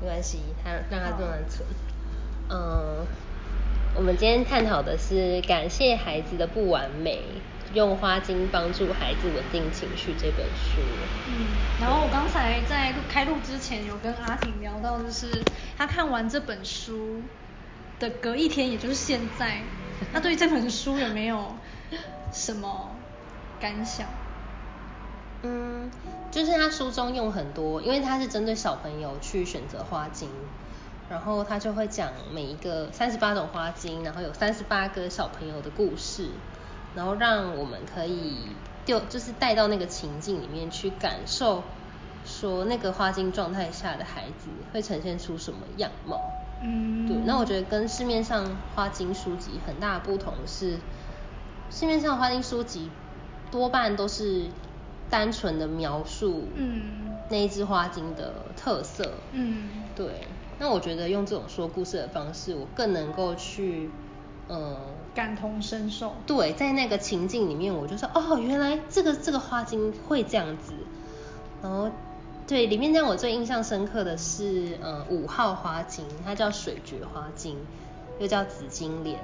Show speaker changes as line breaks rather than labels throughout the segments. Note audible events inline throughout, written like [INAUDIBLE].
没关系，它让它都能存。嗯，我们今天探讨的是感谢孩子的不完美，用花精帮助孩子稳定情绪这本书。
嗯，然后我刚才在录开录之前有跟阿婷聊到，就是她看完这本书的隔一天，也就是现 [LAUGHS] 在，她对这本书有没有什么感想？
嗯，就是他书中用很多，因为他是针对小朋友去选择花精，然后他就会讲每一个三十八种花精，然后有三十八个小朋友的故事，然后让我们可以就就是带到那个情境里面去感受，说那个花精状态下的孩子会呈现出什么样貌。
嗯
对，那我觉得跟市面上花精书籍很大的不同是，市面上花精书籍多半都是单纯的描述，
嗯
那一只花精的特色，
嗯
对。那我觉得用这种说故事的方式，我更能够去，呃，
感同身受。
对，在那个情境里面，我就说，哦，原来这个这个花精会这样子。然后，对，里面让我最印象深刻的是，呃，五号花精，它叫水蕨花精，又叫紫金莲。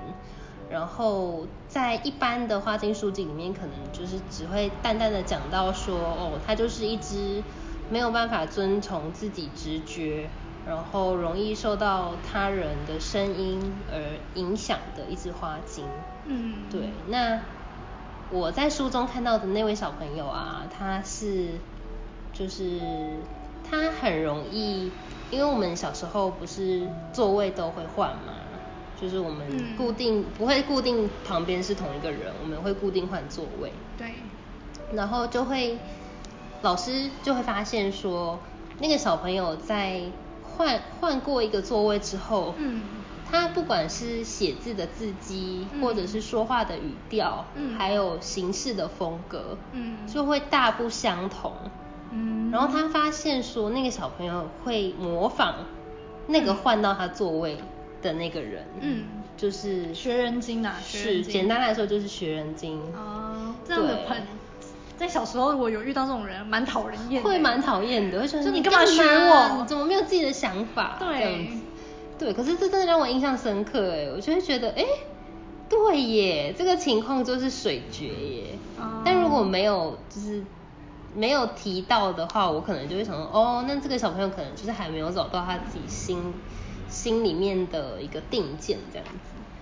然后在一般的花精书籍里面，可能就是只会淡淡的讲到说，哦，它就是一只没有办法遵从自己直觉，然后容易受到他人的声音而影响的一只花精。
嗯
对，那我在书中看到的那位小朋友啊，他是就是他很容易，因为我们小时候不是座位都会换嘛，就是我们
嗯
固定、不会固定旁边是同一个人，我们会固定换座位。
对，
然后就会老师就会发现说，那个小朋友在换换过一个座位之后，
嗯
他不管是写字的字迹，
嗯
或者是说话的语调，
嗯
还有行事的风格，
嗯
就会大不相同。
嗯
然后他发现说，那个小朋友会模仿那个换到他座位的那个人，
嗯
就是
学人精啊学
是
人精
简单来说就是学人精
哦，这样的
对
朋，在小时候我有遇到这种人，蛮讨人厌的，
会蛮讨厌的，会觉得
就你
干
干嘛学我
你怎么没有自己的想法？
对
这样子对，可是这真的让我印象深刻哎，我就会觉得哎，诶对耶，这个情况就是水决耶。
哦
但如果没有就是没有提到的话，我可能就会想说，哦，那这个小朋友可能就是还没有找到他自己心心里面的一个定见这样子。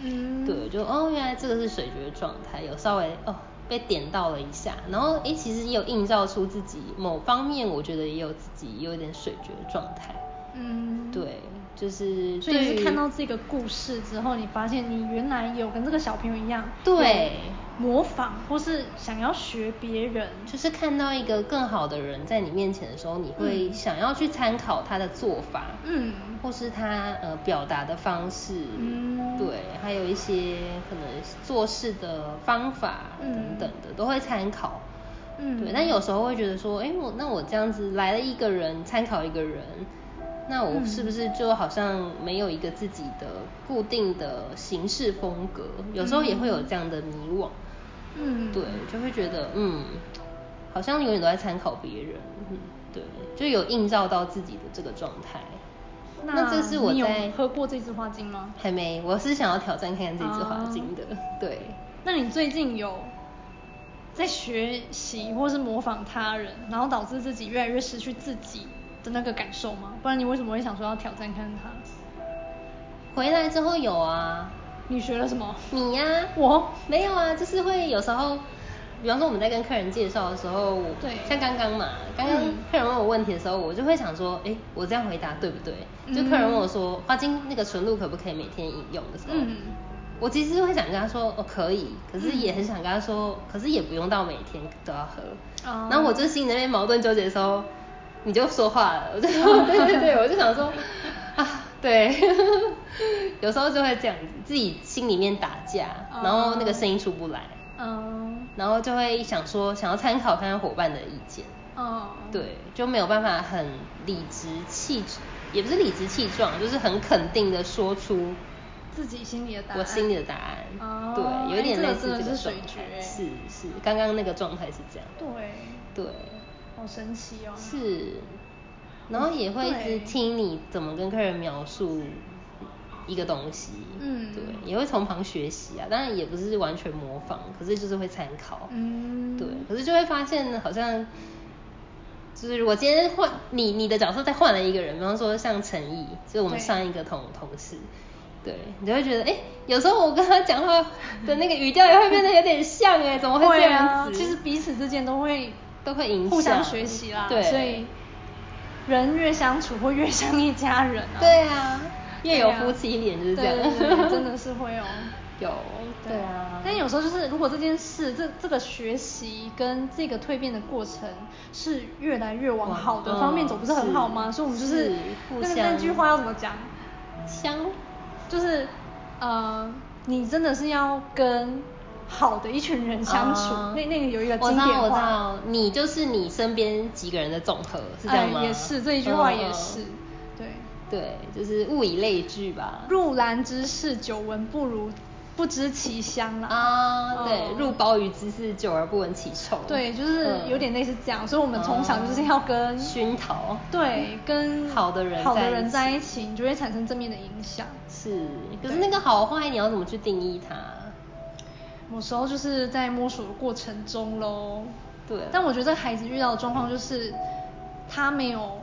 嗯
对，我就哦，原来这个是水决状态，有稍微哦被点到了一下，然后诶，其实也有映照出自己某方面，我觉得也有自己有一点水决状态。
嗯
对，就是
所以
嗯
你
对于
是看到这个故事之后，你发现你原来有跟这个小朋友一样，
对，
模仿或是想要学别人，
就是看到一个更好的人在你面前的时候，你会
嗯
想要去参考他的做法，
嗯
或是他呃表达的方式，
嗯
对，还有一些可能做事的方法
嗯
等等的、都会参考。
嗯
对，但有时候会觉得说，哎、我那我这样子来了一个人，参考一个人，那我
嗯
是不是就好像没有一个自己的固定的行事风格？有时候也会有这样的迷惘，
嗯
对，就会觉得嗯，好像永远都在参考别人，嗯，对，就有映照到自己的这个状态。
那
那这是我
你有
在
喝过这支花精吗？
还没，我是想要挑战看看这支花
哦
精的，对。
那你最近有在学习或是模仿他人，然后导致自己越来越失去自己的那个感受吗？不然你为什么会想说要挑战看他？
回来之后有啊，
你学了什么？
你呀、
我
没有啊，就是会有时候，比方说我们在跟客人介绍的时候，我
对
像刚刚嘛，刚刚
嗯
客人问我问题的时候，我就会想说，哎、我这样回答对不对？
嗯
就客人问我说，花精那个纯露可不可以每天饮用的时候，
嗯
我其实会想跟他说，哦，可以，可是也很想跟他说，可是也不用到每天都要喝。
哦
然后我就心里那边矛盾纠结的时候，你就说话了，我就说，对对对，我就
[LAUGHS]
想说，啊，对， [LAUGHS] 有时候就会这样子，自己心里面打架，
哦
然后那个声音出不来，
嗯
然后就会想说，想要参考看看伙伴的意见，
哦，
对，就没有办法很理直气，也不是理直气壮，就是很肯定的说出
自己心里的答案，
我心里的答案，
哦
对，有
哎
点
这个
类似
真的
这个
是水
状
欸
态，
决
是是，刚刚那个状态是这样，
对，
对，
好神奇哦。
是，然后也会一
对
直听你怎么跟客人描述一个东西，
嗯
对，也会从旁学习啊，当然也不是完全模仿，可是就是会参考，
嗯
对，可是就会发现好像。就是如果今天换你你的角色再换了一个人，比方说像陈毅，就是我们
对
上一个同同事，对你就会觉得，哎、有时候我跟他讲话的那个语调也会变得有点像、哎，怎么会
会
这样
啊
子？，
其实彼此之间都会
都会影响，
互相学习啦，
对，
所以人越相处会越像一家人啊。
对啊，越有
对啊
夫妻脸就是这样，
对对对真的是会有。
[LAUGHS]
哦
有，对啊，
但有时候就是，如果这件事，这这个学习跟这个蜕变的过程是越来越往
往
好的
嗯
方面走，不是很好吗？
是
所以我们就是
是互
那个
相
那句话要怎么讲？
相
就是呃，你真的是要跟好的一群人相处。
啊
那那个有一个
我
经
知
典
道，
话，
我知道，你就是你身边几个人的总和，是这样吗？
哎、也是这一句话
嗯
也是，对，
对，就是物以类聚吧。
入兰之事，久闻不如不知其香啦。
啊，对，
嗯
入鲍鱼之肆，久而不闻其臭。
对，就是有点类似这样，所以我们从小就是要跟、
嗯熏陶
对，跟
好的人
好
在
的
一
人
起
在一起，你就会产生正面的影响。
是，可是那个好坏你要怎么去定义它？
有时候就是在摸索的过程中喽。
对啊
但我觉得这个孩子遇到的状况就是，他没有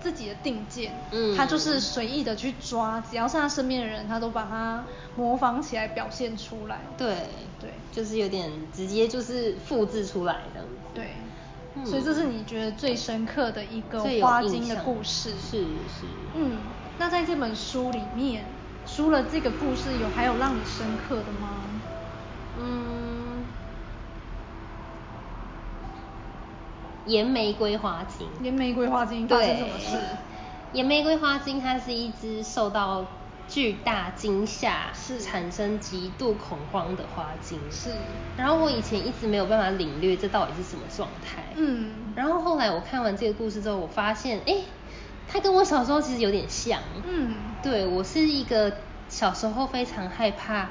自己的定见，
嗯
他就是随意的去抓，只要是他身边的人，他都把他模仿起来表现出来。
对，
对
就是有点直接就是复制出来这样子。
对，
嗯
所以这是你觉得最深刻的一个
最有
花
印
精的
象
故事。
是是，
嗯，那在这本书里面，除了这个故事，有还有让你深刻的吗？
嗯，岩玫瑰花精，
连玫瑰花精发生
对
什么事？，
岩玫瑰花精它是一只受到巨大惊吓
是
产生极度恐慌的花精，
是
然后我以前一直没有办法领略这到底是什么状态，
嗯
然后后来我看完这个故事之后，我发现，哎，它跟我小时候其实有点像，
嗯
对我是一个小时候非常害怕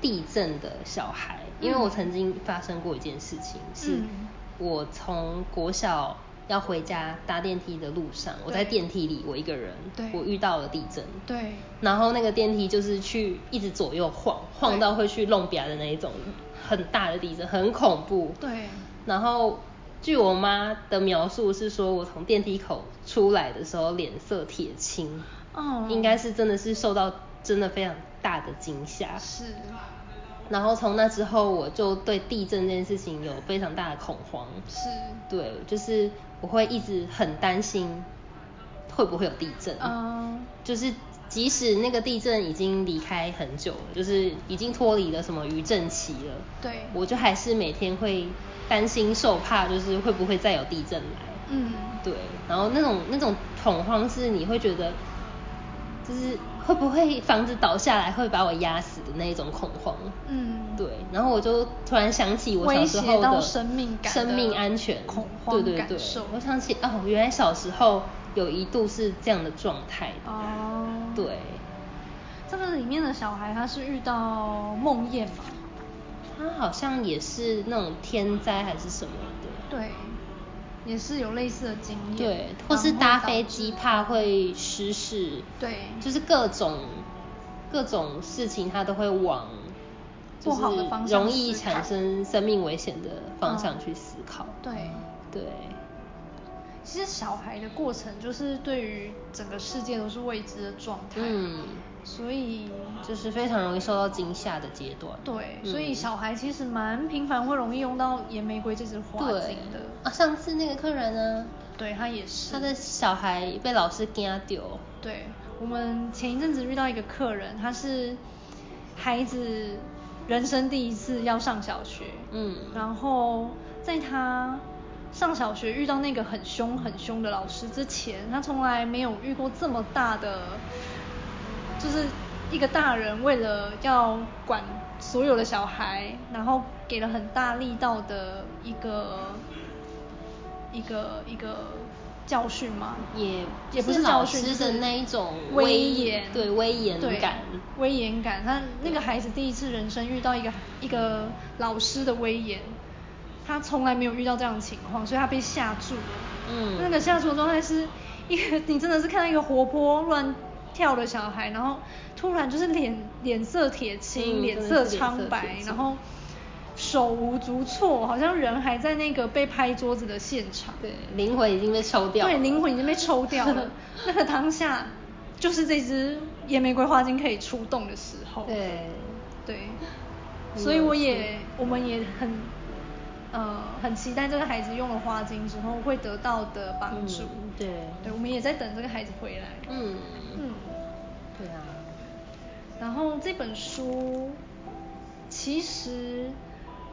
地震的小孩，因为
嗯
我曾经发生过一件事情，是
嗯
我从国小要回家搭电梯的路上，我
对
在电梯里我一个人
对，
我遇到了地震，
对，
然后那个电梯就是去一直左右晃，晃
对
到会去弄瘪的那一种，很大的地震，很恐怖。
对
然后据我妈的描述是说，我从电梯口出来的时候脸色铁青，
哦
应该是真的是受到真的非常大的惊吓。
是
然后从那之后，我就对地震这件事情有非常大的恐慌。
是，
对，就是我会一直很担心会不会有地震。
嗯
就是即使那个地震已经离开很久了，就是已经脱离了什么余震期了，
对
我就还是每天会担心受怕，就是会不会再有地震来，
嗯
对，然后那种那种恐慌是你会觉得，就是会不会房子倒下来会把我压死的那一种恐慌，
嗯
对，然后我就突然想起我小时
威
候
胁到
的
生命感的
生命安全
恐慌
对对
感
对
受，
我想起哦，原来小时候有一度是这样的状态的，
哦
对，
这个里面的小孩他是遇到梦魇嘛？
他好像也是那种天灾还是什么的，
对，也是有类似的经验，
对，
然
或是
后
搭
导
飞
致
机怕会失事，
对
就是各种各种事情他都会往
不好的
就是
方向
容易
思考
产生生命危险的方向
嗯
去思考，
对。
对，
其实小孩的过程就是对于整个世界都是未知的状态，
嗯
所以
就是非常容易受到惊吓的阶段，
对，
嗯
所以小孩其实蛮频繁会容易用到野玫瑰这支花
对
精的，
啊，上次那个客人呢，
对他也是
他的小孩被老师惊丢，
对，我们前一阵子遇到一个客人，他是孩子人生第一次要上小学，
嗯
然后在他上小学遇到那个很凶很凶的老师之前，他从来没有遇过这么大的，就是一个大人为了要管所有的小孩，然后给了很大力道的一个一个一个教训嘛，
也
也不
是
教
老
训，
师
就
的
是
那一种
威
威
严，
对威严
对
感
威严感。他那个孩子第一次人生遇到一个一个老师的威严，他从来没有遇到这样的情况，所以他被吓住了。
嗯
那个吓住的状态是。一个你真的是看到一个活泼乱跳的小孩，然后突然就是脸脸色铁青，
嗯
脸
真
色
的是脸色
苍白
铁，青
然后手无足措，好像人还在那个被拍桌子的现场。
对，灵魂已经被抽掉了，
对，灵魂已经被抽掉
[LAUGHS]
了。那个当下就是这只野玫瑰花精可以出动的时候。
对，
对，
很
所以
有
我
趣
也我们也很呃很期待这个孩子用了花精之后会得到的帮助。
嗯对
对，我们也在等这个孩子回来。
嗯
嗯，
对啊，
然后这本书其实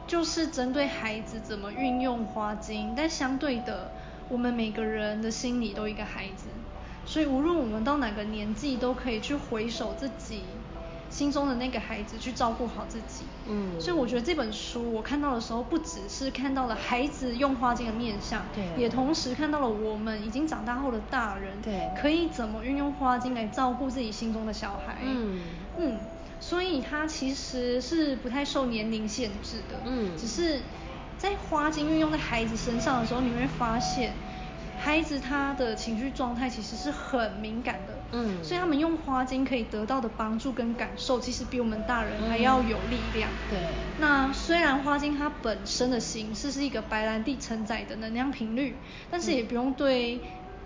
就是针对孩子怎么运用花精，但相对的，我们每个人的心里都有一个孩子，所以无论我们到哪个年纪，都可以去回首自己心中的那个孩子，去照顾好自己。
嗯
所以我觉得这本书我看到的时候，不只是看到了孩子用花精的面相，
对
也同时看到了我们已经长大后的大人，
对
可以怎么运用花精来照顾自己心中的小孩。
嗯
嗯，所以它其实是不太受年龄限制的。
嗯
只是在花精运用在孩子身上的时候，你会发现。孩子他的情绪状态其实是很敏感的，
嗯
所以他们用花精可以得到的帮助跟感受，其实比我们大人还要有力量。
嗯对
那虽然花精它本身的形式是一个白兰地承载的能量频率，但是也不用对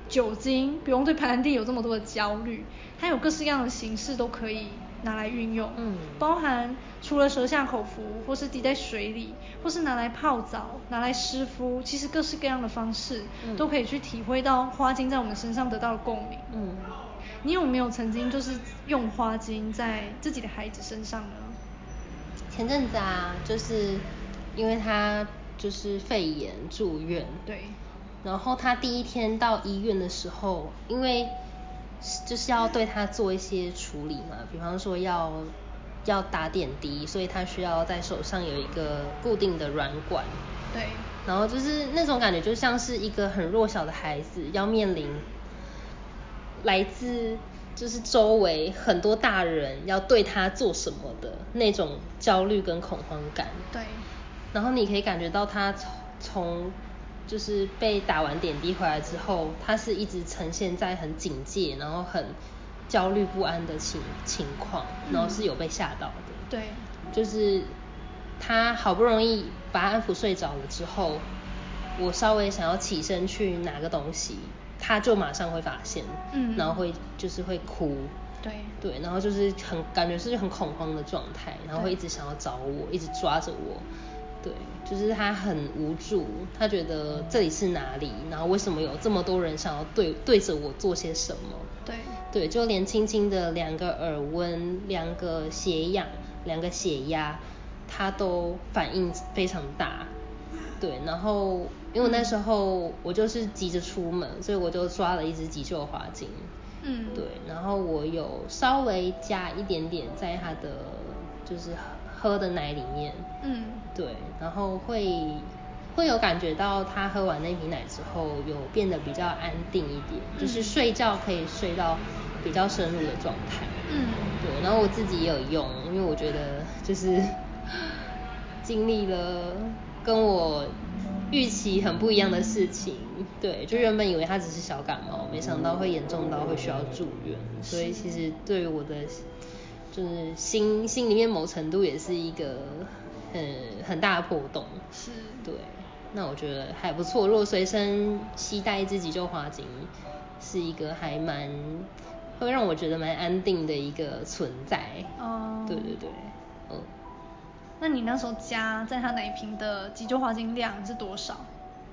酒精、不用对白兰地有这么多的焦虑，它有各式各样的形式都可以拿来运用，
嗯
包含除了舌下口服，或是滴在水里，或是拿来泡澡、拿来湿敷，其实各式各样的方式、
嗯
都可以去体会到花精在我们身上得到的共鸣。
嗯，
你有没有曾经就是用花精在自己的孩子身上呢？
前阵子啊，就是因为他就是肺炎住院，
对，
然后他第一天到医院的时候，因为是就是要对他做一些处理嘛，比方说要要打点滴，所以他需要在手上有一个固定的软管，
对，
然后就是那种感觉，就像是一个很弱小的孩子要面临来自就是周围很多大人要对他做什么的那种焦虑跟恐慌感。
对，
然后你可以感觉到他从从就是被打完点滴回来之后，他是一直呈现在很警戒，然后很焦虑不安的情情况，然后是有被吓到的。
对，
就是他好不容易把他安抚睡着了之后，我稍微想要起身去拿个东西，他就马上会发现，
嗯
然后会就是会哭，
对，
对，然后就是很感觉是很恐慌的状态，然后会
对
一直想要找我，一直抓着我，对，就是他很无助，他觉得这里是哪里，然后为什么有这么多人想要对对着我做些什么？
对，
对，就连轻轻的两个耳温、两个血氧、两个血压，它都反应非常大。对，然后因为我那时候我就是急着出门，所以我就抓了一支急救花精。
嗯，
对，然后我有稍微加一点点在他的就是喝的奶里面。
嗯，
对，然后会会有感觉到他喝完那瓶奶之后，有变得比较安定一点，就是
嗯
睡觉可以睡到比较深入的状态。
嗯，
对，然后我自己也有用，因为我觉得就是 [LAUGHS] 经历了跟我预期很不一样的事情，对，就原本以为他只是小感冒，没想到会严重到会需要住院，所以其实对于我的就是心心里面某程度也是一个很很大的波动，
是，
对，那我觉得还不错。如果随身携带一支急救花精，是一个还蛮会让我觉得蛮安定的一个存在。
哦
对对对，嗯，
那你那时候加在他奶瓶的急救花精量是多少？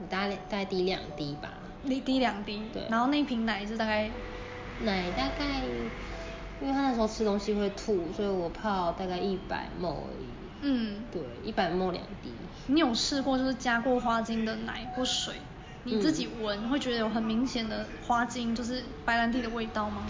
我大概大概滴两滴吧，
一滴两滴，
对
然后那一瓶奶是大概，
奶大概，因为他那时候吃东西会吐，所以我泡大概一百 ml 而已。
嗯，
对，一百 ml 两滴。
你有试过就是加过花精的奶或水，你自己
嗯
闻会觉得有很明显的花精就是白兰地的味道吗？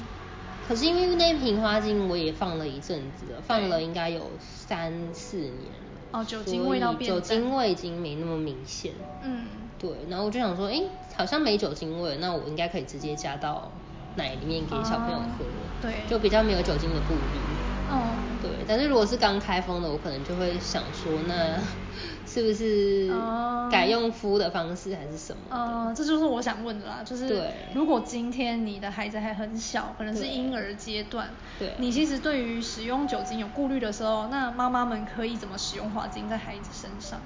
可是因为那瓶花精我也放了一阵子了，放了应该有三四年了。
哦酒精味道变
所以酒
淡
精味已经没那么明显。
嗯，
对，然后我就想说，诶，好像没酒精味，那我应该可以直接加到奶里面给小朋友喝，
哦对
就比较没有酒精的顾虑。
哦，
对，但是如果是刚开封的，我可能就会想说，那 [LAUGHS] 是不是
哦
改用敷的方式还是什么的？
呃，这就是我想问的啦，就是
对
如果今天你的孩子还很小，可能是
对
婴儿阶段，
对
你其实对于使用酒精有顾虑的时候，那妈妈们可以怎么使用花精在孩子身上？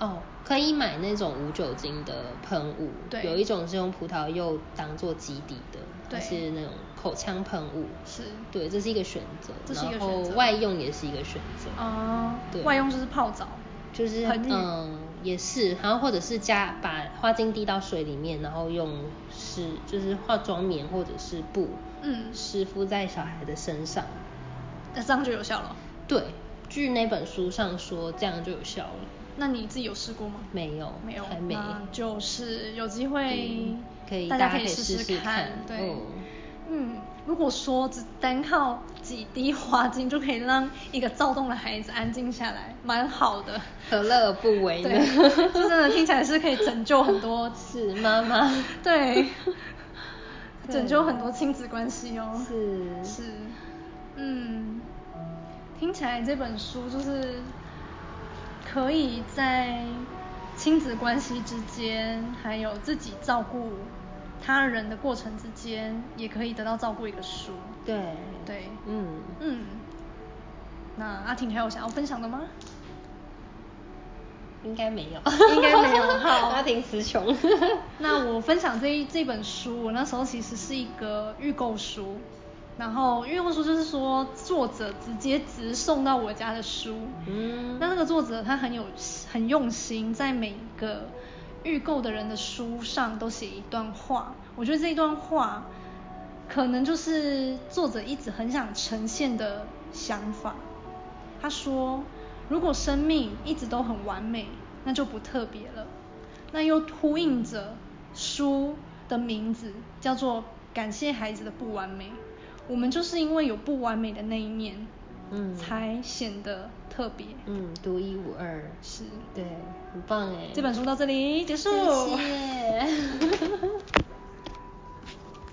哦，可以买那种无酒精的喷雾，
对
有一种是用葡萄柚当做基底的，它
对
是那种口腔喷雾，
是
对，这是一个选择，
这是一个
然后
选择
外用也是一个选择，
哦、
对
外用就是泡澡，
就是
很野
嗯也是，然后或者是加把花精滴到水里面，然后用湿就是化妆棉或者是布
嗯，
湿敷在小孩的身上，
那这样就有效了。
对，据那本书上说这样就有效了，
那你自己有试过吗？
没有，
没有，
还没，
那就是有机会
对，可以
大家
大家
可
可以
试
试试
看，
看
对。
嗯
嗯，如果说只单靠几滴花精就可以让一个躁动的孩子安静下来，蛮好的。
何乐而不为呢？，
对，这真的听起来是可以拯救很多
是妈妈，
对，[LAUGHS]
对
拯救很多亲子关系哦。
是
是，嗯，听起来这本书就是可以在亲子关系之间，还有自己照顾他人的过程之间，也可以得到照顾一个书。
对，
对，
嗯，
嗯，那阿婷还有想要分享的吗？
应该没有，
应该没
[LAUGHS]
有好
家庭词穷，
那我分享这一这本书，我那时候其实是一个预购书，然后预购书就是说作者直接直送到我家的书。
嗯
那那个作者他很有很用心，在每一个预购的人的书上都写一段话，我觉得这一段话可能就是作者一直很想呈现的想法。他说：“如果生命一直都很完美，那就不特别了。”那又呼应着书的名字叫做《感谢孩子的不完美》，我们就是因为有不完美的那一面，
嗯
才显得特别。
嗯，独一无二，
是
对，很棒哎，
这本书到这里结束。
谢谢。
[LAUGHS]
[LAUGHS]